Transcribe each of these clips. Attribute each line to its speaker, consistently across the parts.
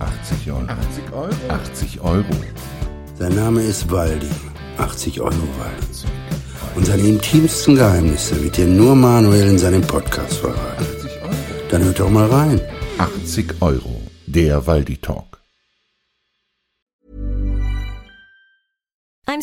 Speaker 1: 80 Euro.
Speaker 2: 80 Euro.
Speaker 1: 80 Euro.
Speaker 3: Sein Name ist Waldi. 80 Euro Waldi. Und seine intimsten Geheimnisse wird dir nur Manuel in seinem Podcast verraten.
Speaker 1: 80 Euro.
Speaker 3: Dann hört doch mal rein.
Speaker 1: 80 Euro. Der Waldi Talk.
Speaker 4: I'm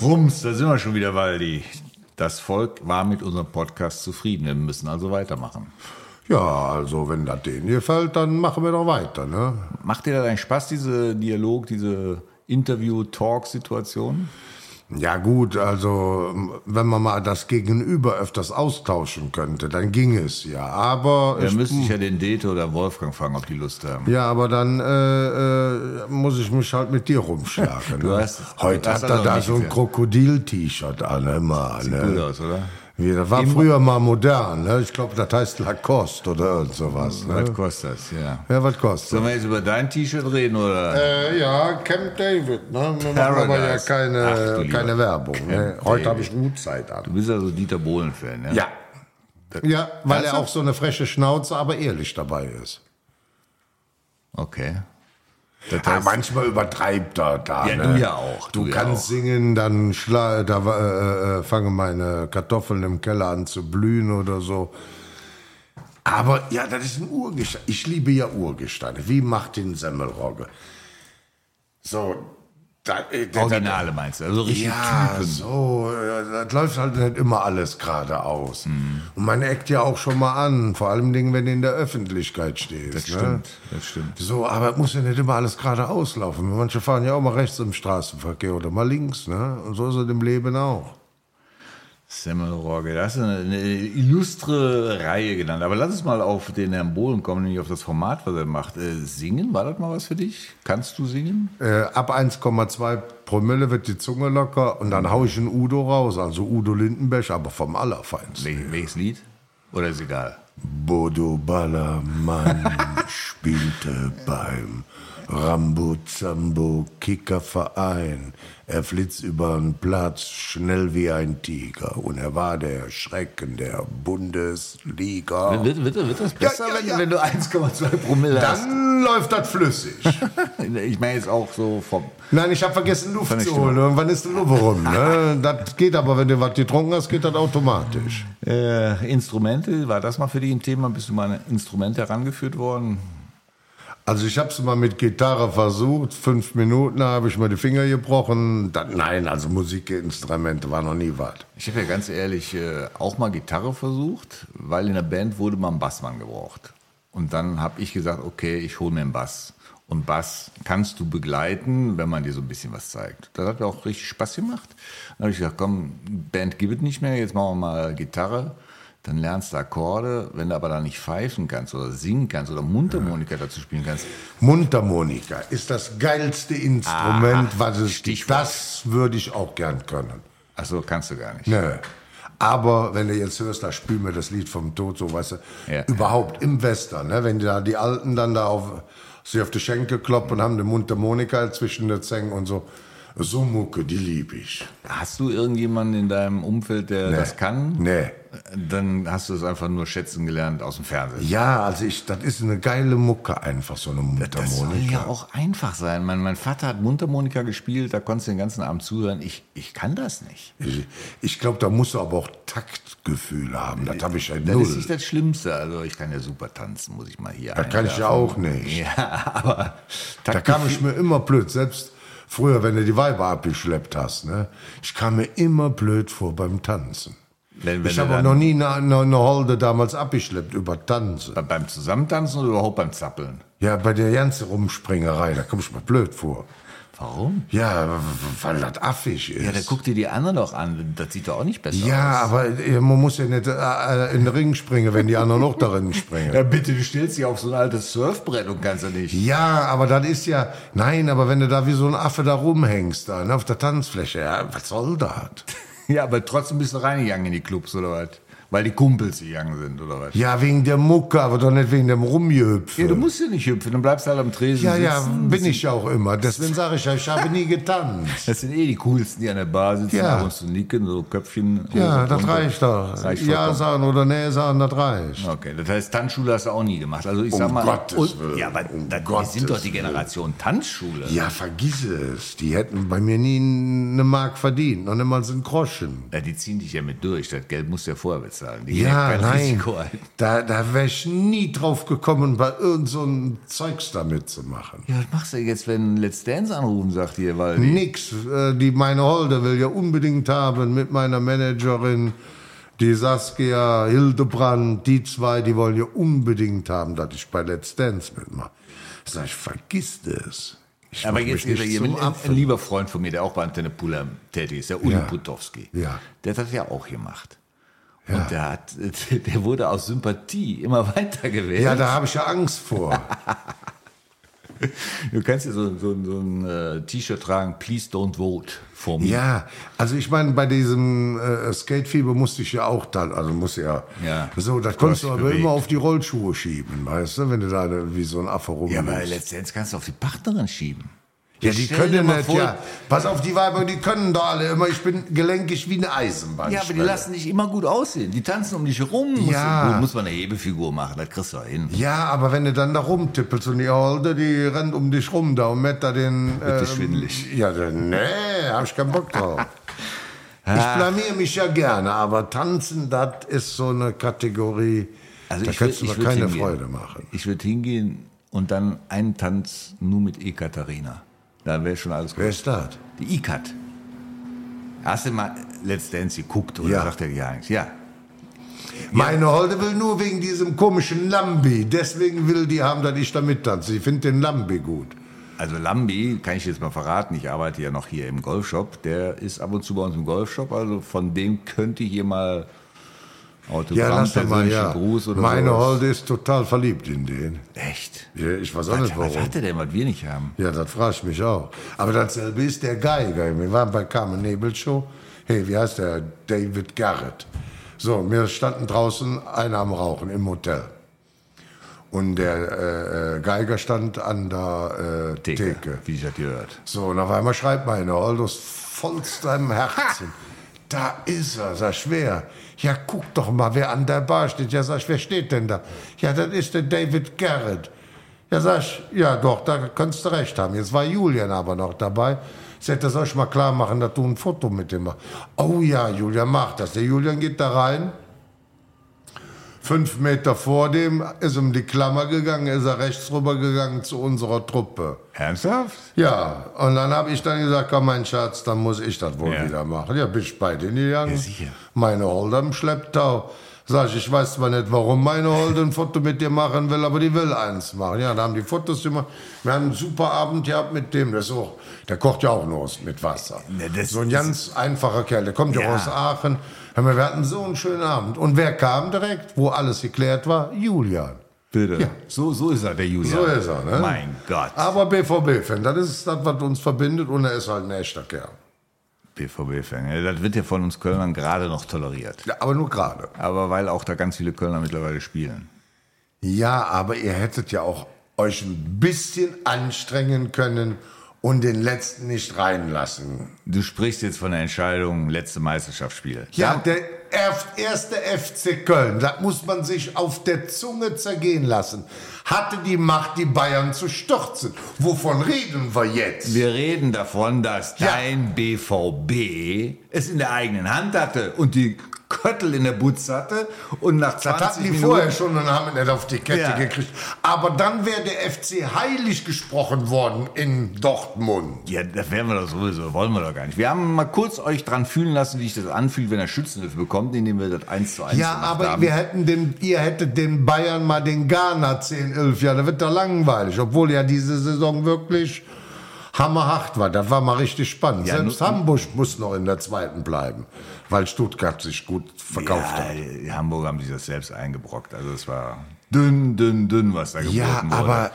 Speaker 5: Rums, da sind wir schon wieder, Waldi. Das Volk war mit unserem Podcast zufrieden. Wir müssen also weitermachen.
Speaker 2: Ja, also wenn das denen gefällt, dann machen wir doch weiter, ne?
Speaker 5: Macht dir das eigentlich Spaß, diese Dialog, diese Interview-Talk-Situation?
Speaker 2: Ja gut, also wenn man mal das Gegenüber öfters austauschen könnte, dann ging es ja. Aber
Speaker 5: Da
Speaker 2: ich-
Speaker 5: müsste ich ja den Dete oder Wolfgang fragen, ob die Lust haben.
Speaker 2: ja, aber dann äh, äh, muss ich mich halt mit dir rumschlagen.
Speaker 5: Du
Speaker 2: ne?
Speaker 5: hast- du
Speaker 2: Heute
Speaker 5: hast
Speaker 2: hat er
Speaker 5: also
Speaker 2: da
Speaker 5: nichts,
Speaker 2: so ein
Speaker 5: ja.
Speaker 2: Krokodil-T-Shirt an, immer.
Speaker 5: Gut
Speaker 2: Ne?
Speaker 5: aus, oder?
Speaker 2: Wie, das war früher mal modern. Ne? Ich glaube, das heißt Lacoste oder irgend sowas. Ne?
Speaker 5: Hm, Was kostet das? Ja.
Speaker 2: Ja, was kostet?
Speaker 5: Sollen wir jetzt über dein T-Shirt reden oder?
Speaker 2: Äh, ja, Camp David, ne? Wir machen aber ja
Speaker 5: Paradise. Ach, du
Speaker 2: keine,
Speaker 5: lieber.
Speaker 2: keine Werbung. Ne?
Speaker 5: Camp
Speaker 2: Heute
Speaker 5: David.
Speaker 2: habe ich Mutzeit an.
Speaker 5: Du bist also Dieter Bohlen-Fan, ja?
Speaker 2: Ja, weil er
Speaker 5: Ernsthaft?
Speaker 2: auch so eine freche Schnauze, aber ehrlich dabei ist.
Speaker 5: Okay. Das
Speaker 2: Ah,
Speaker 5: heißt,
Speaker 2: manchmal übertreibt er da.
Speaker 5: Ja,
Speaker 2: ne?
Speaker 5: du ja auch,
Speaker 2: Du,
Speaker 5: du ja
Speaker 2: kannst
Speaker 5: auch.
Speaker 2: singen, dann schla da äh, äh, fangen meine Kartoffeln im Keller an zu blühen oder so. Aber ja, das ist ein Urgestein. Ich liebe ja Urgesteine, wie Martin Semmelrogge. So, da, äh, da-
Speaker 5: Originale meinst du? Also richtig
Speaker 2: Ja,
Speaker 5: Typen.
Speaker 2: so, äh, das läuft halt nicht immer alles geradeaus.
Speaker 5: Mhm.
Speaker 2: Und man eckt ja auch schon mal an, vor allem Dingen, wenn du in der Öffentlichkeit stehst.
Speaker 5: Das
Speaker 2: ne?
Speaker 5: stimmt, das stimmt.
Speaker 2: So, aber es muss ja nicht immer alles geradeaus laufen. Manche fahren ja auch mal rechts im Straßenverkehr oder mal links, ne? Und so ist es im Leben auch.
Speaker 5: Semmelrogge, das ist eine, eine illustre Reihe genannt. Aber lass uns mal auf den Herrn Bohlen kommen, nämlich auf das Format, was er macht. Äh, singen, war das mal was für dich? Kannst du singen?
Speaker 2: Äh, ab 1,2 Promille wird die Zunge locker und dann hau ich einen Udo raus, also Udo Lindenberg, aber vom Allerfeinsten.
Speaker 5: Wel welches Lied? Oder ist egal?
Speaker 2: Bodo Ballermann spielte beim Rambo Zambo Kickerverein. Er flitz übern Platz schnell wie ein Tiger und er war der Schrecken der Bundesliga.
Speaker 5: Wird, wird, wird das besser,
Speaker 2: ja,
Speaker 5: wenn,
Speaker 2: ja.
Speaker 5: wenn du 1,2 Promille
Speaker 2: Dann läuft das flüssig.
Speaker 5: hast? Ich meine jetzt auch so vom...
Speaker 2: Nein, ich habe vergessen, Luft
Speaker 5: Völlig
Speaker 2: zu holen. Irgendwann ist die Luft rum. Ne? Das geht aber, wenn du was getrunken hast, geht das automatisch.
Speaker 5: Äh, Instrumente, war das mal für dich ein Thema? Bist du mal an Instrumente herangeführt worden?
Speaker 2: Also ich habe es mal mit Gitarre versucht. Fünf Minuten habe ich mir die Finger gebrochen. Dann, nein, also Musikinstrumente war noch nie was.
Speaker 5: Ich habe ja ganz ehrlich äh, auch mal Gitarre versucht, weil in der Band wurde mal ein Bassmann gebraucht. Und dann habe ich gesagt, okay, ich hole mir einen Bass. Und Bass kannst du begleiten, wenn man dir so ein bisschen was zeigt. Das hat auch richtig Spaß gemacht. Dann habe ich gesagt, komm, Band gibt es nicht mehr, jetzt machen wir mal Gitarre. Dann lernst du Akkorde, wenn du aber da nicht pfeifen kannst oder singen kannst oder Mundharmonika dazu spielen kannst.
Speaker 2: Mundharmonika ist das geilste Instrument,
Speaker 5: Ah,
Speaker 2: was es gibt.
Speaker 5: Stichwort.
Speaker 2: Das würde ich auch gern können.
Speaker 5: Achso, kannst du gar nicht.
Speaker 2: Nö. Aber wenn du jetzt hörst, da spielen wir das Lied vom Tod, so weißt du,
Speaker 5: Ja.
Speaker 2: überhaupt im Western, ne? wenn die da die Alten dann da auf, sich auf die Schenkel kloppen und haben eine Mundharmonika zwischen den Zähnen und so. So Mucke, die lieb ich.
Speaker 5: Hast du irgendjemanden in deinem Umfeld, der das kann?
Speaker 2: Nee.
Speaker 5: Dann hast du es einfach nur schätzen gelernt aus dem Fernsehen.
Speaker 2: Ja, also ich, das ist eine geile Mucke einfach, so eine
Speaker 5: Das soll
Speaker 2: Mundharmonika.
Speaker 5: ja auch einfach sein. Mein, mein Vater hat Mundharmonika gespielt, da konntest du den ganzen Abend zuhören. Ich, ich kann das nicht.
Speaker 2: Ich, ich glaube, da musst du aber auch Taktgefühl haben. Das habe ich ja
Speaker 5: Das ist
Speaker 2: null.
Speaker 5: nicht das Schlimmste. Also ich kann ja super tanzen, muss ich mal hier
Speaker 2: Da kann ich ja auch nicht.
Speaker 5: Ja, aber
Speaker 2: Da kam ich mir immer blöd, selbst früher, wenn du die Weiber abgeschleppt hast. Ne? Ich kam mir immer blöd vor beim Tanzen.
Speaker 5: wenn, wenn
Speaker 2: Ich
Speaker 5: du
Speaker 2: habe auch
Speaker 5: dann
Speaker 2: noch nie eine, eine, eine Holde damals abgeschleppt über Tanzen.
Speaker 5: beim Zusammentanzen oder überhaupt beim Zappeln?
Speaker 2: Ja, bei der ganzen Rumspringerei, da komm ich mir blöd vor.
Speaker 5: Warum?
Speaker 2: Ja, weil das affig ist.
Speaker 5: Ja, da guck dir die anderen doch an. Das sieht doch auch nicht besser
Speaker 2: Ja,
Speaker 5: aus.
Speaker 2: aber äh, man muss ja nicht äh, in den Ring springen, wenn die anderen noch darin springen.
Speaker 5: Ja, bitte, du stellst dich auf so ein altes Surfbrett und kannst ja nicht.
Speaker 2: Ja, aber das ist ja. Nein, aber wenn du da wie so ein Affe da rumhängst, da, ne, auf der Tanzfläche, ja, was soll das?
Speaker 5: Ja, aber trotzdem bist du reingegangen in die Clubs oder was? Weil die Kumpels gegangen sind oder was?
Speaker 2: Ja, wegen der Mucke, aber doch nicht wegen dem Rumgehüpfen.
Speaker 5: Ja, du musst ja nicht hüpfen, dann bleibst halt am Tresen
Speaker 2: ja,
Speaker 5: sitzen.
Speaker 2: ja, bin ich ja auch immer. Deswegen sage ich ja, ich habe nie getanzt.
Speaker 5: Das sind eh die coolsten, die an der Bar sitzen,
Speaker 2: Ja.
Speaker 5: ab und zu nicken, so Köpfchen. hoch
Speaker 2: Ja,
Speaker 5: und
Speaker 2: das
Speaker 5: runter.
Speaker 2: reicht doch.
Speaker 5: Das reicht
Speaker 2: ja
Speaker 5: vollkommen.
Speaker 2: sagen oder nee sagen, das reicht.
Speaker 5: Okay, das heißt, Tanzschule hast du auch nie gemacht. Also ich sag
Speaker 2: Um
Speaker 5: mal,
Speaker 2: Gottes Willen,
Speaker 5: ja, aber
Speaker 2: um
Speaker 5: da, wir
Speaker 2: Gottes
Speaker 5: sind doch die
Speaker 2: Willen.
Speaker 5: Generation Tanzschule.
Speaker 2: Ja, vergiss es. Die hätten bei mir nie eine Mark verdient, noch niemals einen Groschen.
Speaker 5: Ja, die ziehen dich ja mit durch. Das Geld musst du ja vorher bezahlen. Die gehen
Speaker 2: Ja,
Speaker 5: kein
Speaker 2: nein.
Speaker 5: Risiko ein.
Speaker 2: Da, da wäre ich nie drauf gekommen, bei irgend so ein Zeugs damit zu machen.
Speaker 5: Ja, was machst du jetzt, wenn Let's Dance anrufen, sagt ihr, weil die-
Speaker 2: Nix. Äh, die meine Holde will ja unbedingt haben mit meiner Managerin, die Saskia, Hildebrand, die zwei, die wollen ja unbedingt haben, dass ich bei Let's Dance mitmache. Sag ich, vergiss das. Ich
Speaker 5: Aber
Speaker 2: mach
Speaker 5: jetzt
Speaker 2: mich
Speaker 5: ist er
Speaker 2: nicht
Speaker 5: hier
Speaker 2: zum
Speaker 5: mit, ein, ein
Speaker 2: Affen.
Speaker 5: lieber Freund von mir, der auch bei Antenne Pula tätig ist, der Uli
Speaker 2: Ja.
Speaker 5: Putowski.
Speaker 2: Ja.
Speaker 5: Der hat das ja auch gemacht. Und der, hat, der wurde aus Sympathie immer weiter gewählt.
Speaker 2: Ja, da habe ich ja Angst vor.
Speaker 5: du kannst ja so, so, so ein äh, T-Shirt tragen, Please don't vote for me.
Speaker 2: Ja, also ich meine, bei diesem äh, Skatefieber musste ich ja auch dann, also muss ja,
Speaker 5: Ja.
Speaker 2: so, das
Speaker 5: Du hast
Speaker 2: konntest du
Speaker 5: dich
Speaker 2: aber
Speaker 5: bewegt.
Speaker 2: immer auf die Rollschuhe schieben, weißt du, wenn du da wie so ein Affe
Speaker 5: Ja, aber
Speaker 2: rumläufst.
Speaker 5: letztendlich kannst du auf die Partnerin schieben.
Speaker 2: Ja, die
Speaker 5: Stell dir
Speaker 2: können
Speaker 5: mal
Speaker 2: nicht,
Speaker 5: vor-
Speaker 2: ja. Pass auf, die Weiber, die können da alle immer. Ich bin gelenkig wie eine Eisenbahn.
Speaker 5: Ja, aber die lassen dich immer gut aussehen. Die tanzen um dich herum.
Speaker 2: Ja.
Speaker 5: Muss, gut, muss man eine Hebefigur machen, das kriegst du auch hin.
Speaker 2: Ja, aber wenn du dann da rumtippelst und die Holde, die rennt um dich rum da und mett da den... ähm,
Speaker 5: schwindelig.
Speaker 2: Ja, dann, nee, hab ich keinen Bock drauf.
Speaker 5: Ah.
Speaker 2: Ich blamier mich ja gerne, aber tanzen, das ist so eine Kategorie,
Speaker 5: Also
Speaker 2: da
Speaker 5: ich würd-
Speaker 2: kannst du
Speaker 5: ich
Speaker 2: mir
Speaker 5: würd
Speaker 2: keine
Speaker 5: hingehen.
Speaker 2: Freude machen.
Speaker 5: Ich würde hingehen und dann einen Tanz nur mit Ekaterina. Da wäre schon alles
Speaker 2: Wer
Speaker 5: gut.
Speaker 2: ist das?
Speaker 5: Die Ikat. Hast du mal Let's Dance geguckt oder
Speaker 2: Ja.
Speaker 5: sagt er dir eigentlich? Ja.
Speaker 2: Meine Holde will nur wegen diesem komischen Lambi. Deswegen will die haben, dass ich da mittanze. Sie findet den Lambi gut.
Speaker 5: Also Lambi, kann ich jetzt mal verraten, ich arbeite ja noch hier im Golfshop, der ist ab und zu bei uns im Golfshop, also von dem könnte hier mal Autogramm,
Speaker 2: Ja, lass doch mal,
Speaker 5: persönlichen
Speaker 2: ja.
Speaker 5: Gruß oder
Speaker 2: Meine
Speaker 5: sowas.
Speaker 2: Holde ist total verliebt in den.
Speaker 5: Echt?
Speaker 2: Ja, ich weiß auch
Speaker 5: Was,
Speaker 2: nicht
Speaker 5: was
Speaker 2: warum.
Speaker 5: hat er denn, was wir nicht haben?
Speaker 2: Ja, das frage ich mich auch. Aber dasselbe ist der Geiger. Wir waren bei Carmen Nebel Show. Hey, wie heißt der? David Garrett. So, wir standen draußen, einer am Rauchen im Hotel. Und der äh, äh, Geiger stand an der äh, Theke.
Speaker 5: Wie ich das gehört.
Speaker 2: So, und auf einmal schreibt meine Holde aus vollstem Herzen. Da ist er, sag ich, wer? Ja, guck doch mal, wer an der Bar steht. Ja, sag ich, wer steht denn da? Ja, das ist der David Garrett. Ja, sag ich, ja doch, da kannst du recht haben. Jetzt war Julian aber noch dabei. Ich sagte, soll ich mal klar machen, dass du ein Foto mit dem machst. Oh ja, Julian macht das. Der Julian geht da rein. Fünf Meter vor dem ist um die Klammer gegangen, ist er rechts rübergegangen zu unserer Truppe.
Speaker 5: Ernsthaft?
Speaker 2: Ja, und dann habe ich dann gesagt, komm, mein Schatz, dann muss ich das wohl
Speaker 5: Ja.
Speaker 2: wieder machen. Ja, bin ich bei denen gegangen.
Speaker 5: Ja, sicher.
Speaker 2: Meine Holde im Schlepptau. Sag ich, ich weiß zwar nicht, warum meine Holde ein Foto mit dir machen will, aber die will eins machen. Ja, dann haben die Fotos gemacht. Wir haben einen super Abend gehabt mit dem. Das ist auch, der kocht ja auch nur aus- mit Wasser.
Speaker 5: Ne, das-
Speaker 2: so ein
Speaker 5: das-
Speaker 2: ganz einfacher Kerl, der kommt ja,
Speaker 5: Ja.
Speaker 2: aus Aachen. Hör mal, Wir hatten so einen schönen Abend. Und wer kam direkt, wo alles geklärt war? Julian.
Speaker 5: Bitte.
Speaker 2: Ja.
Speaker 5: So, so ist er, der Julian.
Speaker 2: So ist er, ne?
Speaker 5: Mein Gott.
Speaker 2: Aber BVB-Fan, das ist das, was uns verbindet und er ist halt ein echter Kerl.
Speaker 5: BVB-Fan. Ja, das wird ja von uns Kölnern gerade noch toleriert.
Speaker 2: Ja, aber nur gerade.
Speaker 5: Aber weil auch da ganz viele Kölner mittlerweile spielen.
Speaker 2: Ja, aber ihr hättet ja auch euch ein bisschen anstrengen können und den letzten nicht reinlassen.
Speaker 5: Du sprichst jetzt von der Entscheidung, letzte Meisterschaftsspiel.
Speaker 2: Ja, der erf- erste FC Köln, das muss man sich auf der Zunge zergehen lassen, hatte die Macht, die Bayern zu stürzen. Wovon reden wir jetzt?
Speaker 5: Wir reden davon, dass
Speaker 2: Ja.
Speaker 5: dein BVB es in der eigenen Hand hatte und die Köttel in der Butz hatte und nach 20
Speaker 2: Das hatten die
Speaker 5: Minuten
Speaker 2: vorher schon und haben es nicht auf die Kette
Speaker 5: Ja.
Speaker 2: gekriegt. Aber dann wäre der FC heilig gesprochen worden in Dortmund.
Speaker 5: Ja, das werden wir doch sowieso, wollen wir doch gar nicht. Wir haben mal kurz euch dran fühlen lassen, wie sich das anfühlt, wenn er Schützenhilfe bekommt, indem wir das 1 zu 1
Speaker 2: Ja,
Speaker 5: gemacht
Speaker 2: aber
Speaker 5: haben.
Speaker 2: wir hätten den, ihr hättet den Bayern mal den Ghana 10, 11 Jahre, da wird da langweilig, obwohl ja diese Saison wirklich hammerhart war. Das war mal richtig spannend.
Speaker 5: Ja,
Speaker 2: Selbst
Speaker 5: nur-
Speaker 2: Hamburg muss noch in der zweiten bleiben, weil Stuttgart sich gut verkauft hat.
Speaker 5: ja, die Hamburger haben sich das selbst eingebrockt. Also es war dünn, dünn, dünn, was da geboten
Speaker 2: Ja,
Speaker 5: wurde.
Speaker 2: aber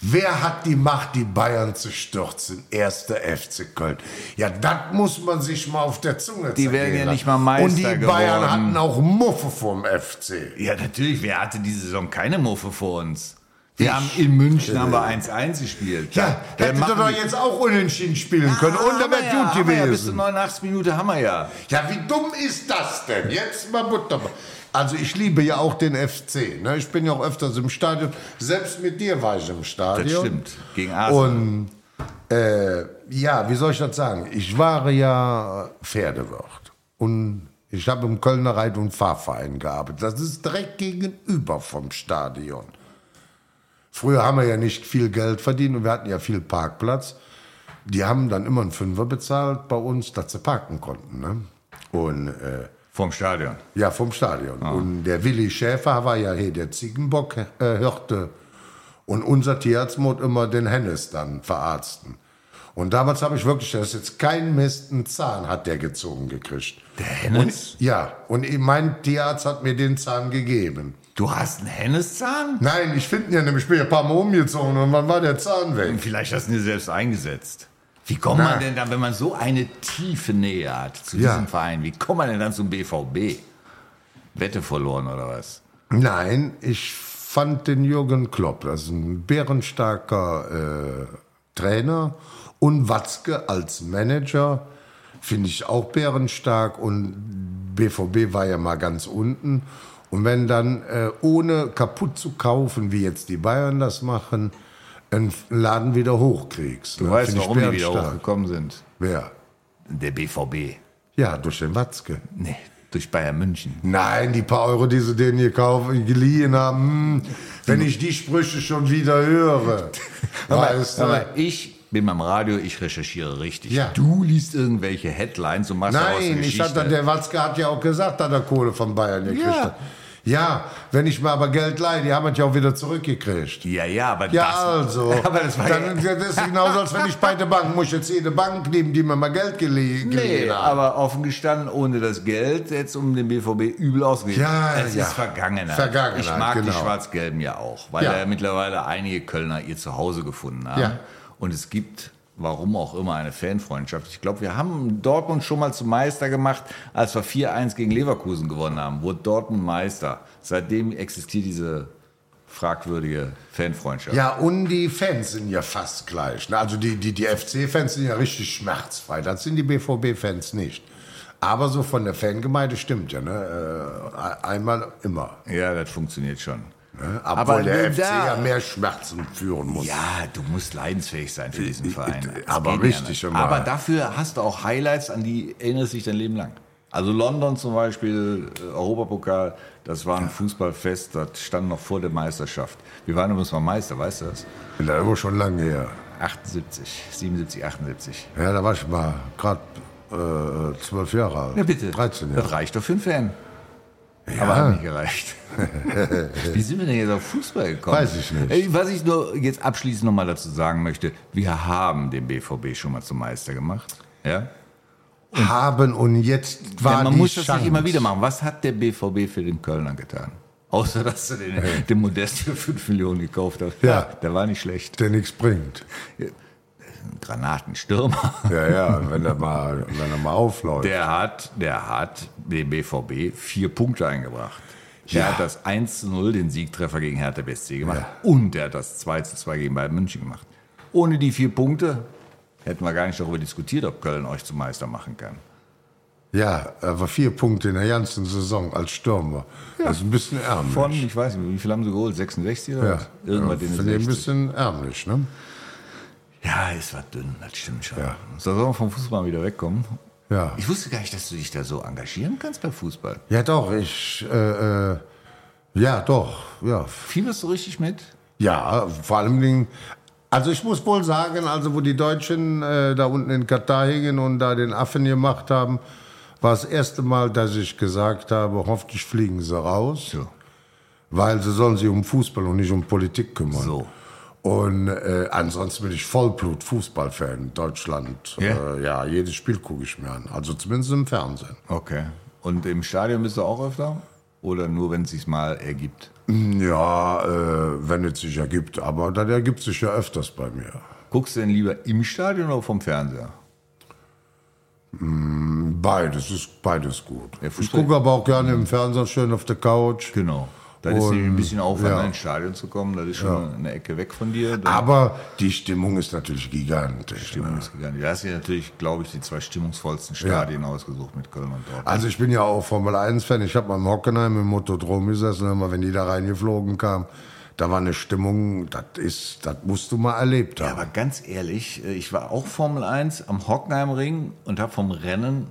Speaker 2: wer hat die Macht, die Bayern zu stürzen? Erster FC Köln. Ja, das muss man sich mal auf der Zunge
Speaker 5: Die werden
Speaker 2: zergehen
Speaker 5: ja
Speaker 2: lassen.
Speaker 5: nicht mal Meister
Speaker 2: Und die Bayern
Speaker 5: geworden.
Speaker 2: hatten auch Muffe vom FC.
Speaker 5: Ja, natürlich. Wer hatte diese Saison keine Muffe vor uns? Wir haben in München haben wir 1-1 gespielt.
Speaker 2: Ja,
Speaker 5: Da-
Speaker 2: hätte
Speaker 5: machen
Speaker 2: doch
Speaker 5: die- Ah,
Speaker 2: jetzt auch unentschieden spielen können. und
Speaker 5: haben
Speaker 2: dann
Speaker 5: wir
Speaker 2: wäre
Speaker 5: ja,
Speaker 2: gut
Speaker 5: haben wir Ja, bis zur
Speaker 2: gewesen.
Speaker 5: 89. Minute haben wir ja.
Speaker 2: Ja, wie dumm ist das denn? Jetzt mal Butter. Also ich liebe ja auch den FC. Ne? Ich bin ja auch öfters im Stadion. Selbst mit dir war ich im Stadion.
Speaker 5: Das stimmt. Gegen Arsenal.
Speaker 2: Und äh, ja, wie soll ich das sagen? Ich war ja Pferdewirt und ich habe im Kölner Reit- und Fahrverein gearbeitet. Das ist direkt gegenüber vom Stadion. Früher haben wir ja nicht viel Geld verdient und wir hatten ja viel Parkplatz. Die haben dann immer einen Fünfer bezahlt bei uns, dass sie parken konnten. Ne? Und äh,
Speaker 5: Vom Stadion.
Speaker 2: ja, vom Stadion. Und der Willi Schäfer war ja hier der Ziegenbock-Hirte. Und unser Tierarzt muss immer den Hennes dann verarzten. Und damals habe ich wirklich, das ist jetzt kein Mist, einen Zahn hat der gezogen gekriegt. Der
Speaker 5: Hennes?
Speaker 2: Ja, und mein Tierarzt hat mir den Zahn gegeben.
Speaker 5: Du hast einen Henneszahn?
Speaker 2: Nein, ich finde ihn ja nämlich, ich bin ja ein paar Mal umgezogen und wann war der Zahn weg?
Speaker 5: Vielleicht hast du ihn dir selbst eingesetzt. Wie kommt
Speaker 2: Na.
Speaker 5: man denn dann, wenn man so eine tiefe Nähe hat zu
Speaker 2: Ja.
Speaker 5: diesem Verein, wie kommt man denn dann zum BVB? Wette verloren oder was?
Speaker 2: Nein, ich fand den Jürgen Klopp, das ist ein bärenstarker äh, Trainer und Watzke als Manager finde ich auch bärenstark und BVB war ja mal ganz unten und wenn dann äh, ohne kaputt zu kaufen, wie jetzt die Bayern das machen, einen Laden wieder hochkriegst.
Speaker 5: Du weißt,
Speaker 2: Find ich
Speaker 5: warum die wieder
Speaker 2: bärenstark.
Speaker 5: hochgekommen sind.
Speaker 2: Wer?
Speaker 5: Der BVB.
Speaker 2: Ja, durch den Watzke.
Speaker 5: Nee, durch Bayern München.
Speaker 2: Nein, die paar Euro, die sie denen gekauft, geliehen haben, hm, wenn ich die Sprüche schon wieder höre. weißt
Speaker 5: Aber
Speaker 2: du?
Speaker 5: ich bin beim Radio, ich recherchiere richtig.
Speaker 2: Ja.
Speaker 5: Du liest irgendwelche Headlines und machst daraus eine
Speaker 2: Nein, ich
Speaker 5: Geschichte.
Speaker 2: hatte, der Watzke hat ja auch gesagt, dass er Kohle von Bayern gekriegt
Speaker 5: Ja.
Speaker 2: hat. Ja, wenn ich mir aber Geld leihe, die haben es ja auch wieder zurückgekriegt.
Speaker 5: ja, ja, aber
Speaker 2: Ja,
Speaker 5: das,
Speaker 2: also.
Speaker 5: Aber das war
Speaker 2: Dann, das ist genauso, als wenn ich bei der Bank, muss ich jetzt jede Bank nehmen, die mir mal Geld gelie
Speaker 5: Nee,
Speaker 2: geliehen hat.
Speaker 5: aber offen gestanden, ohne das Geld jetzt um den BVB übel ausgeht.
Speaker 2: Ja,
Speaker 5: es
Speaker 2: ja.
Speaker 5: ist Vergangenheit.
Speaker 2: Vergangenheit,
Speaker 5: Ich mag
Speaker 2: genau.
Speaker 5: die Schwarz-Gelben ja auch, weil
Speaker 2: Ja.
Speaker 5: ja. mittlerweile einige Kölner ihr Zuhause gefunden haben.
Speaker 2: Ja.
Speaker 5: Und es gibt, warum auch immer, eine Fanfreundschaft. Ich glaube, wir haben Dortmund schon mal zum Meister gemacht, als wir 4-1 gegen Leverkusen gewonnen haben, wurde Dortmund Meister. Seitdem existiert diese fragwürdige Fanfreundschaft.
Speaker 2: Ja, und die Fans sind ja fast gleich. ne? Also die, die, die FC-Fans sind ja richtig schmerzfrei. Das sind die BVB-Fans nicht. Aber so von der Fangemeinde stimmt ja. Ne? Äh, einmal immer.
Speaker 5: ja das funktioniert schon.
Speaker 2: Ne? Obwohl
Speaker 5: Aber
Speaker 2: der
Speaker 5: da-
Speaker 2: FC ja mehr Schmerzen führen muss.
Speaker 5: Ja, du musst leidensfähig sein für diesen Verein. Das
Speaker 2: Äh, aber
Speaker 5: geht
Speaker 2: richtig
Speaker 5: nicht.
Speaker 2: schon mal.
Speaker 5: Aber dafür hast du auch Highlights, an die erinnerst du dich dein Leben lang. Also London zum Beispiel, äh, Europapokal, das war ein Fußballfest, das stand noch vor der Meisterschaft. Wir waren übrigens mal Meister, weißt du das?
Speaker 2: Da war schon lange her.
Speaker 5: 78, 77, 78.
Speaker 2: Ja, da war ich mal gerade äh, zwölf Jahre alt.
Speaker 5: Ja, bitte.
Speaker 2: 13
Speaker 5: Das
Speaker 2: Jahre.
Speaker 5: reicht doch für einen Fan. Aber hat nicht gereicht. Wie sind wir denn jetzt auf Fußball gekommen?
Speaker 2: Weiß ich nicht.
Speaker 5: Ey, Was ich nur jetzt abschließend nochmal dazu sagen möchte, wir haben den BVB schon mal zum Meister gemacht. Ja?
Speaker 2: Haben und jetzt war
Speaker 5: Ja, man
Speaker 2: die
Speaker 5: muss das
Speaker 2: Chance.
Speaker 5: nicht immer wieder machen. Was hat der BVB für den Kölner getan? Außer, dass sie den, den Modest für 5 Millionen gekauft hat.
Speaker 2: Ja.
Speaker 5: Der war nicht schlecht.
Speaker 2: Der nichts bringt.
Speaker 5: Ein Granatenstürmer.
Speaker 2: Ja, ja, wenn er mal, wenn er mal aufläuft.
Speaker 5: Der hat, der hat dem BVB vier Punkte eingebracht. Der
Speaker 2: Ja.
Speaker 5: hat das 1 zu 0, den Siegtreffer gegen Hertha BSC gemacht. Und der hat das 2 zu 2 gegen Bayern München gemacht. Ohne die vier Punkte hätten wir gar nicht darüber diskutiert, ob Köln euch zum Meister machen kann.
Speaker 2: Ja, aber vier Punkte in der ganzen Saison als Stürmer. Das ist ein bisschen ärmlich.
Speaker 5: Von, ich weiß nicht, wie viel haben sie geholt? 66 oder
Speaker 2: ja.
Speaker 5: was? Irgendwas in den
Speaker 2: Finde ich ein
Speaker 5: 60.
Speaker 2: bisschen ärmlich, ne?
Speaker 5: Ja, es war dünn, das stimmt schon.
Speaker 2: Ja.
Speaker 5: So soll man vom Fußball wieder wegkommen.
Speaker 2: Ja.
Speaker 5: Ich wusste gar nicht, dass du dich da so engagieren kannst beim Fußball.
Speaker 2: Ja, doch, ich, äh, äh, ja, doch, ja.
Speaker 5: Fieberst du richtig mit?
Speaker 2: Ja, vor allem Dingen, also ich muss wohl sagen, also wo die Deutschen äh, da unten in Katar hingen und da den Affen gemacht haben, war das erste Mal, dass ich gesagt habe, hoffentlich fliegen sie raus,
Speaker 5: So.
Speaker 2: weil sie sollen sich um Fußball und nicht um Politik kümmern.
Speaker 5: So.
Speaker 2: Und äh, ansonsten bin ich Vollblut-Fußballfan. Deutschland,
Speaker 5: Ja?
Speaker 2: äh, ja, jedes Spiel gucke ich mir an. Also zumindest im Fernsehen.
Speaker 5: Okay. Und im Stadion bist du auch öfter? Oder nur, wenn es sich mal ergibt?
Speaker 2: Ja, äh, wenn es sich ergibt. Aber das ergibt sich ja öfters bei mir.
Speaker 5: Guckst du denn lieber im Stadion oder vom Fernseher?
Speaker 2: Beides ist beides gut.
Speaker 5: Ja,
Speaker 2: ich
Speaker 5: Fußball-
Speaker 2: gucke aber auch gerne im Fernseher schön auf der Couch.
Speaker 5: Genau. Da ist nämlich ein bisschen Aufwand,
Speaker 2: ja.
Speaker 5: ins Stadion zu kommen. Das ist schon eine Ecke weg von dir. Da
Speaker 2: Aber die Stimmung ist natürlich gigantisch.
Speaker 5: Stimmung
Speaker 2: Ne?
Speaker 5: ist gegangen. Da hast du dir natürlich, glaube ich, die zwei stimmungsvollsten Stadien ausgesucht mit Köln und Dortmund.
Speaker 2: Also ich bin ja auch Formel 1-Fan. Ich habe mal im Hockenheim im Motodrom gesessen, immer wenn die da reingeflogen kam. Da war eine Stimmung, das ist, das musst du mal erlebt
Speaker 5: Aber
Speaker 2: haben.
Speaker 5: ganz ehrlich, äh, ich war auch Formel 1 am Hockenheimring und habe vom Rennen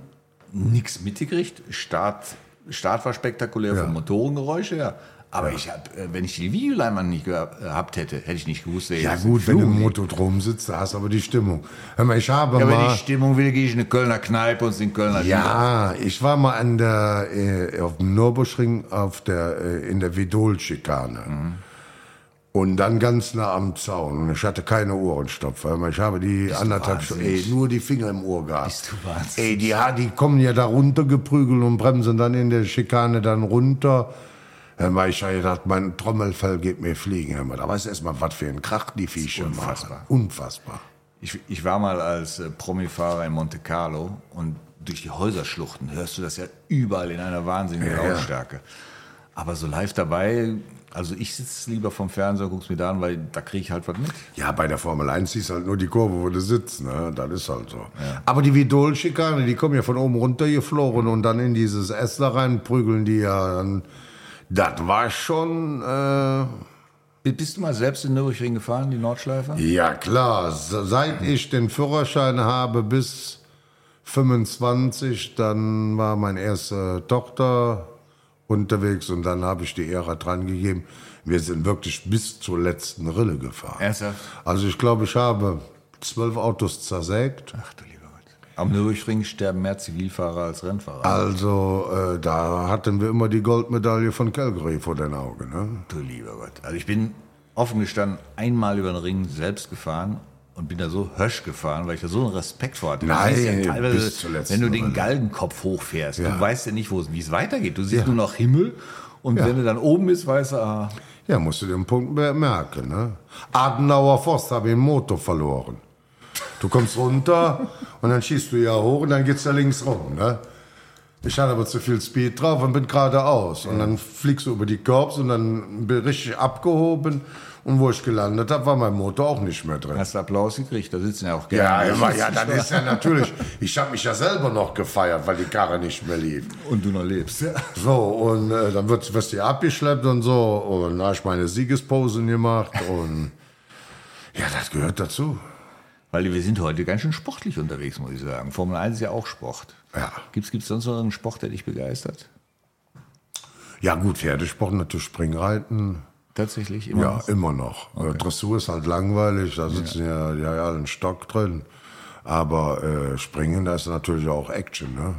Speaker 5: nichts mitgekriegt. Start, Start war spektakulär vom Motorengeräusch her. Aber ich hab, äh, wenn ich die Videoleinwand nicht geha- gehabt hätte, hätte ich nicht gewusst, wer
Speaker 2: Ja,
Speaker 5: jetzt
Speaker 2: gut, Also wenn du im
Speaker 5: Flug-
Speaker 2: Motodrom sitzt, da hast du aber die Stimmung. Hör mal, ich habe
Speaker 5: Ja, wenn
Speaker 2: mal.
Speaker 5: die Stimmung will, gehe ich in eine Kölner Kneipe und singe Kölner Lieder.
Speaker 2: Ja, ich war mal an der, äh, auf dem Nürburgring auf der, äh, in der Vidol-Schikane.
Speaker 5: Mhm.
Speaker 2: Und dann ganz nah am Zaun. Und ich hatte keine Ohrenstopfer. Hör mal, Ich habe die anderthalb Stunden, ey,
Speaker 5: wahnsinnig?
Speaker 2: nur die Finger im Ohr gehabt.
Speaker 5: Bist du wahnsinnig?
Speaker 2: ey, die, ha- die kommen ja da runtergeprügelt und bremsen dann in der Schikane dann runter. Hör mal, ich habe gedacht, mein Trommelfell geht mir fliegen. Hör mal, da weißt du erst mal, was für ein Krach die Viecher machen.
Speaker 5: unfassbar.
Speaker 2: Unfassbar.
Speaker 5: Ich, ich war mal als äh, Promifahrer in Monte Carlo und durch die Häuserschluchten hörst du das ja überall in einer wahnsinnigen
Speaker 2: Ja, ja.
Speaker 5: Lautstärke. Aber so live dabei, also ich sitze lieber vom Fernseher und guck's mir da an, weil da kriege ich halt was mit.
Speaker 2: Ja, bei der Formel 1 siehst du halt nur die Kurve, wo du sitzt. Ne? Das ist halt so. Aber die Vidol-Schikane, die kommen ja von oben runter geflogen und dann in dieses Essler rein prügeln die ja dann. Das war schon, äh,
Speaker 5: B- Bist du mal selbst in Nürburgring gefahren, die Nordschleife?
Speaker 2: ja klar, se- seit ich den Führerschein habe bis 25, dann war meine erste Tochter unterwegs und dann habe ich die Ära dran gegeben. Wir sind wirklich bis zur letzten Rille gefahren.
Speaker 5: Ernsthaft?
Speaker 2: Also ich glaube, ich habe zwölf Autos zersägt.
Speaker 5: Ach du lieber Gott. Am Nürburgring sterben mehr Zivilfahrer als Rennfahrer.
Speaker 2: Ah, Also äh, da hatten wir immer die Goldmedaille von Calgary vor den Augen. Ne?
Speaker 5: Du lieber Gott. Also ich bin offen gestanden einmal über den Ring selbst gefahren und bin da so hösch gefahren, weil ich da so einen Respekt vor hatte. Du
Speaker 2: Nein,
Speaker 5: siehst
Speaker 2: bis zur letzten
Speaker 5: wenn du den
Speaker 2: Runde.
Speaker 5: Galgenkopf hochfährst,
Speaker 2: Ja.
Speaker 5: du weißt ja nicht, wo es- wie es weitergeht. Du siehst nur noch Himmel und wenn du dann oben bist, weißt du, ah,
Speaker 2: Ja, musst du den Punkt mer- merken. Ne? Adenauer Forst habe den Motor verloren. Du kommst runter und dann schießt du ja hoch und dann geht's da links rum. Ne? Ich hatte aber zu viel Speed drauf und bin geradeaus. Und dann fliegst du über die Korbs und dann bin ich richtig abgehoben. Und wo ich gelandet habe, war mein Motor auch nicht mehr drin.
Speaker 5: hast du Applaus gekriegt. Da sitzen ja auch
Speaker 2: Ja,
Speaker 5: gerne.
Speaker 2: immer, ja, das ist ja natürlich. Ich habe mich ja selber noch gefeiert, weil die Karre nicht mehr lief.
Speaker 5: Und du noch lebst.
Speaker 2: So, und äh, dann wird, wirst du abgeschleppt und so. Und da habe ich meine Siegesposen gemacht. Und ja, das gehört dazu.
Speaker 5: Weil wir sind heute ganz schön sportlich unterwegs, muss ich sagen. Formel 1 ist ja auch Sport.
Speaker 2: Ja.
Speaker 5: Gibt's, gibt's sonst noch einen Sport, der dich begeistert?
Speaker 2: Ja, gut, Pferdesport natürlich Springreiten.
Speaker 5: Tatsächlich immer.
Speaker 2: Ja, immer noch. Äh, Dressur ist halt langweilig, da sitzen ja, ja, ja ein Stock drin. Aber äh, Springen, da ist natürlich auch Action, ne?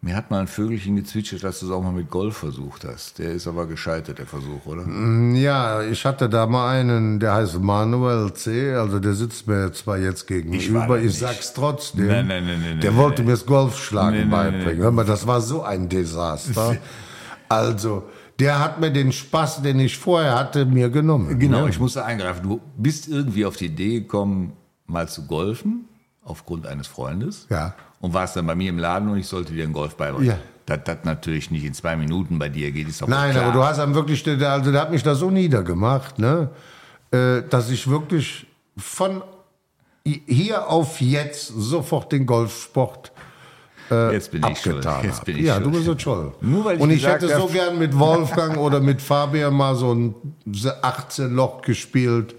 Speaker 5: Mir hat mal ein Vögelchen gezwitschert, dass du es auch mal mit Golf versucht hast. Der ist aber gescheitert, der Versuch, oder?
Speaker 2: Mhm. Ja, ich hatte da mal einen, der heißt Manuel C., also der sitzt mir zwar jetzt
Speaker 5: war da
Speaker 2: gegenüber, ich,
Speaker 5: nicht.
Speaker 2: sag's trotzdem.
Speaker 5: Nein, nein, nein, nein,
Speaker 2: der
Speaker 5: nein,
Speaker 2: wollte
Speaker 5: nein.
Speaker 2: mir das
Speaker 5: Nein,
Speaker 2: Golfschlagen
Speaker 5: nein,
Speaker 2: beibringen. Hör mal, das war so ein Desaster. also, der hat mir den Spaß, den ich vorher hatte, mir genommen.
Speaker 5: Genau,
Speaker 2: Ne?
Speaker 5: ich musste eingreifen. Du bist irgendwie auf die Idee gekommen, mal zu golfen, aufgrund eines Freundes.
Speaker 2: Ja.
Speaker 5: Und warst dann bei mir im Laden und ich sollte dir einen Golf beibringen.
Speaker 2: Ja.
Speaker 5: Das, das natürlich nicht in zwei Minuten bei dir geht, ist doch
Speaker 2: Nein,
Speaker 5: klar.
Speaker 2: aber du hast dann wirklich, der- also der hat mich da so niedergemacht, ne? äh, dass ich wirklich von hi- hier auf jetzt sofort den Golfsport
Speaker 5: Jetzt bin ich schuld.
Speaker 2: abgetan
Speaker 5: Jetzt
Speaker 2: habe.
Speaker 5: bin ich
Speaker 2: Ja,
Speaker 5: schuld.
Speaker 2: du bist jetzt schuld.
Speaker 5: Nur weil ich
Speaker 2: und ich
Speaker 5: gesagt
Speaker 2: hätte so
Speaker 5: hab-
Speaker 2: gern mit Wolfgang oder mit Fabian mal so ein 18-Loch gespielt.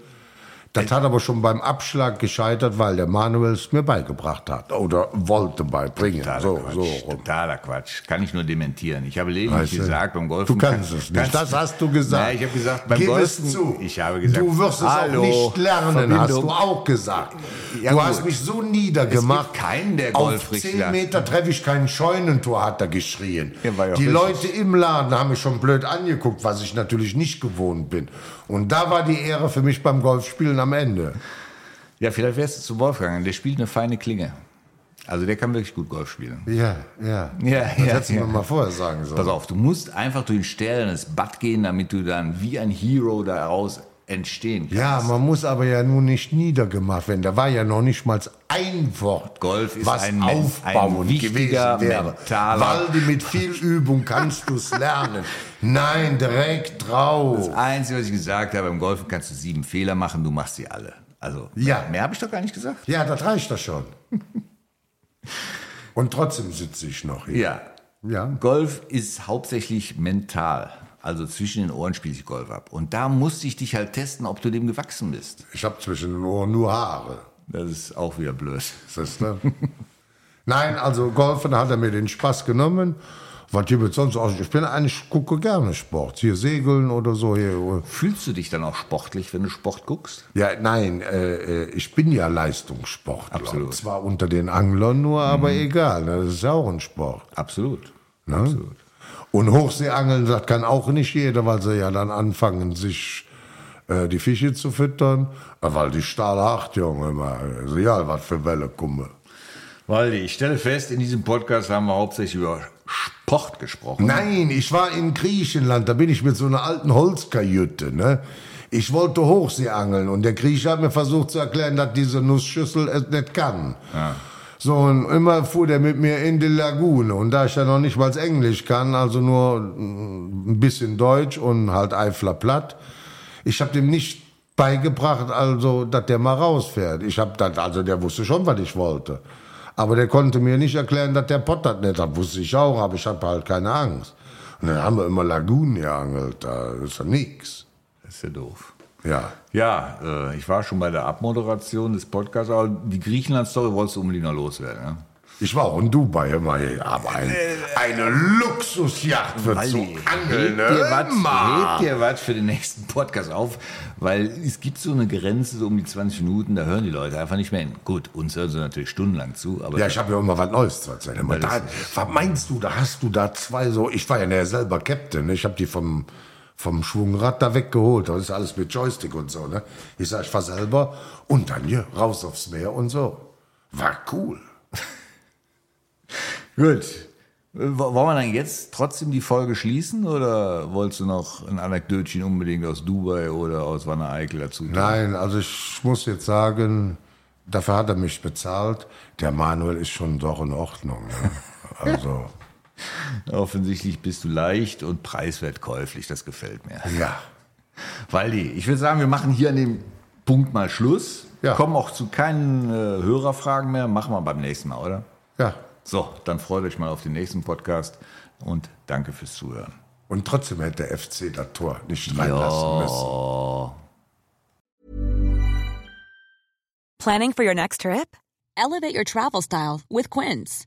Speaker 5: Äh.
Speaker 2: Das hat aber schon beim Abschlag gescheitert, weil der Manuel es mir beigebracht hat oder wollte beibringen.
Speaker 5: Totaler
Speaker 2: So,
Speaker 5: Quatsch,
Speaker 2: so rum.
Speaker 5: totaler Quatsch. Kann ich nur dementieren. Ich habe lediglich
Speaker 2: Weißt du,
Speaker 5: gesagt, beim Golfen...
Speaker 2: du kannst es nicht. Das hast du gesagt.
Speaker 5: Nein, ich habe gesagt, beim
Speaker 2: Gib es
Speaker 5: Golfen...
Speaker 2: zu.
Speaker 5: Ich habe gesagt,
Speaker 2: du wirst es
Speaker 5: hallo,
Speaker 2: auch nicht lernen, hast du
Speaker 5: Verbindung.
Speaker 2: auch gesagt.
Speaker 5: Ja,
Speaker 2: du
Speaker 5: gut.
Speaker 2: hast mich so niedergemacht.
Speaker 5: Es gibt keinen, der
Speaker 2: Auf
Speaker 5: Golf richtig
Speaker 2: 10
Speaker 5: lernt.
Speaker 2: Meter treffe ich kein Scheunentor, hat er geschrien.
Speaker 5: Ja, war ja auch
Speaker 2: Die
Speaker 5: richtig.
Speaker 2: Leute im Laden haben mich schon blöd angeguckt, was ich natürlich nicht gewohnt bin. Und da war die Ehre für mich beim Golfspielen am Ende.
Speaker 5: Ja, vielleicht wärst du zu Wolfgang. Der spielt eine feine Klinge. Also der kann wirklich gut Golf spielen.
Speaker 2: Ja, ja.
Speaker 5: Ja,
Speaker 2: das
Speaker 5: ja,
Speaker 2: hättest du
Speaker 5: ja.
Speaker 2: mir mal vorher sagen sollen.
Speaker 5: Pass auf, du musst einfach durch den Stern ins Bad gehen, damit du dann wie ein Hero daraus entstehen kannst.
Speaker 2: Ja, man muss aber ja nun nicht niedergemacht werden. Da war ja noch nicht mal ein Wort,
Speaker 5: Golf ist
Speaker 2: was
Speaker 5: ein Men-
Speaker 2: aufbauend
Speaker 5: ein wichtiger
Speaker 2: gewesen wäre.
Speaker 5: mentaler-
Speaker 2: Waldi, mit viel Übung kannst du es lernen. Nein, direkt drauf.
Speaker 5: Das Einzige, was ich gesagt habe, im Golfen kannst du sieben Fehler machen, du machst sie alle. Also,
Speaker 2: Ja.
Speaker 5: mehr habe ich doch gar nicht gesagt.
Speaker 2: Ja, das reicht doch schon. Und trotzdem sitze ich noch hier.
Speaker 5: Ja.
Speaker 2: Ja.
Speaker 5: Golf ist hauptsächlich mental. Also zwischen den Ohren spiele ich Golf ab. Und da musste ich dich halt testen, ob du dem gewachsen bist.
Speaker 2: Ich habe zwischen den Ohren nur Haare.
Speaker 5: Das ist auch wieder blöd.
Speaker 2: Siehst du? Nein, also Golfen hat er mir den Spaß genommen. Was gibt es sonst auch? Ich bin eigentlich, gucke gerne Sport. Hier Segeln oder so. Hier.
Speaker 5: Fühlst du dich dann auch sportlich, wenn du Sport guckst?
Speaker 2: Ja, nein, äh, äh, ich bin ja Leistungssportler.
Speaker 5: Absolut. Mhm.
Speaker 2: Zwar unter den Anglern nur, aber egal, ne, das ist ja auch ein Sport.
Speaker 5: Absolut.
Speaker 2: Ne? Und Hochseeangeln, das kann auch nicht jeder, weil sie ja dann anfangen, sich äh, die Fische zu füttern. Äh, Weil die Stahlacht, Junge, mal, ist egal, was für Welle kommen.
Speaker 5: Waldi, ich stelle fest, in diesem Podcast haben wir hauptsächlich über Sport gesprochen.
Speaker 2: Nein, ich war in Griechenland, da bin ich mit so einer alten Holzkajüte, ne? Ich wollte Hochsee angeln und der Grieche hat mir versucht zu erklären, dass diese Nussschüssel es nicht kann. So, und immer fuhr der mit mir in die Lagune. Und da ich ja noch nicht mal Englisch kann, also nur mm, ein bisschen Deutsch und halt Eifler platt, ich habe dem nicht beigebracht, also, dass der mal rausfährt. Ich habe das, also der wusste schon, was ich wollte. Aber der konnte mir nicht erklären, dass der Pott das nicht hat. Wusste ich auch, aber ich habe halt keine Angst. Und dann haben wir immer Lagunen geangelt, da ist ja nix.
Speaker 5: Das ist ja doof.
Speaker 2: Ja.
Speaker 5: Ja, äh, ich war schon bei der Abmoderation des Podcasts, aber die Griechenland-Story wolltest du unbedingt noch loswerden. Ne?
Speaker 2: Ich war auch in Dubai immer, hier, aber ein, eine Luxusjacht wird so angeln.
Speaker 5: hebt dir
Speaker 2: Äh, ne? immer.
Speaker 5: was- hebt dir was für den nächsten Podcast auf, weil es gibt so eine Grenze, so um die 20 Minuten, da hören die Leute einfach nicht mehr hin. Gut, uns hören sie natürlich stundenlang zu, aber
Speaker 2: Ja, ich habe ja immer was Neues zu erzählen. Aber da, was meinst du, da hast du da zwei so, ich war ja nachher selber Captain, ne? ich habe die vom, vom Schwungrad da weggeholt, das ist alles mit Joystick und so. Ne? Ich sag, ich fahr selber und dann hier raus aufs Meer und so. War cool.
Speaker 5: gut. Äh, wo- Wollen wir dann jetzt trotzdem die Folge schließen oder wolltest du noch ein Anekdötchen unbedingt aus Dubai oder aus Wanne Eickel dazu? tun?
Speaker 2: Nein, also ich muss jetzt sagen, dafür hat er mich bezahlt. Der Manuel ist schon doch in Ordnung. Ne? Also,
Speaker 5: Offensichtlich bist du leicht und preiswert käuflich, das gefällt mir.
Speaker 2: ja.
Speaker 5: Waldi, ich würde sagen, wir machen hier an dem Punkt mal Schluss.
Speaker 2: Ja.
Speaker 5: Kommen auch zu keinen äh, Hörerfragen mehr. Machen wir beim nächsten Mal, oder?
Speaker 2: Ja.
Speaker 5: So, dann freut euch mal auf den nächsten Podcast und danke fürs Zuhören.
Speaker 2: Und trotzdem hätte der FC das Tor nicht reinlassen müssen.
Speaker 6: Planning for your next trip? Elevate your travel style with Quince.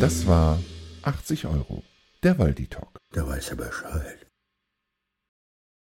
Speaker 1: Das war 80 Euro, der Waldi Talk.
Speaker 3: Da weiß er Bescheid.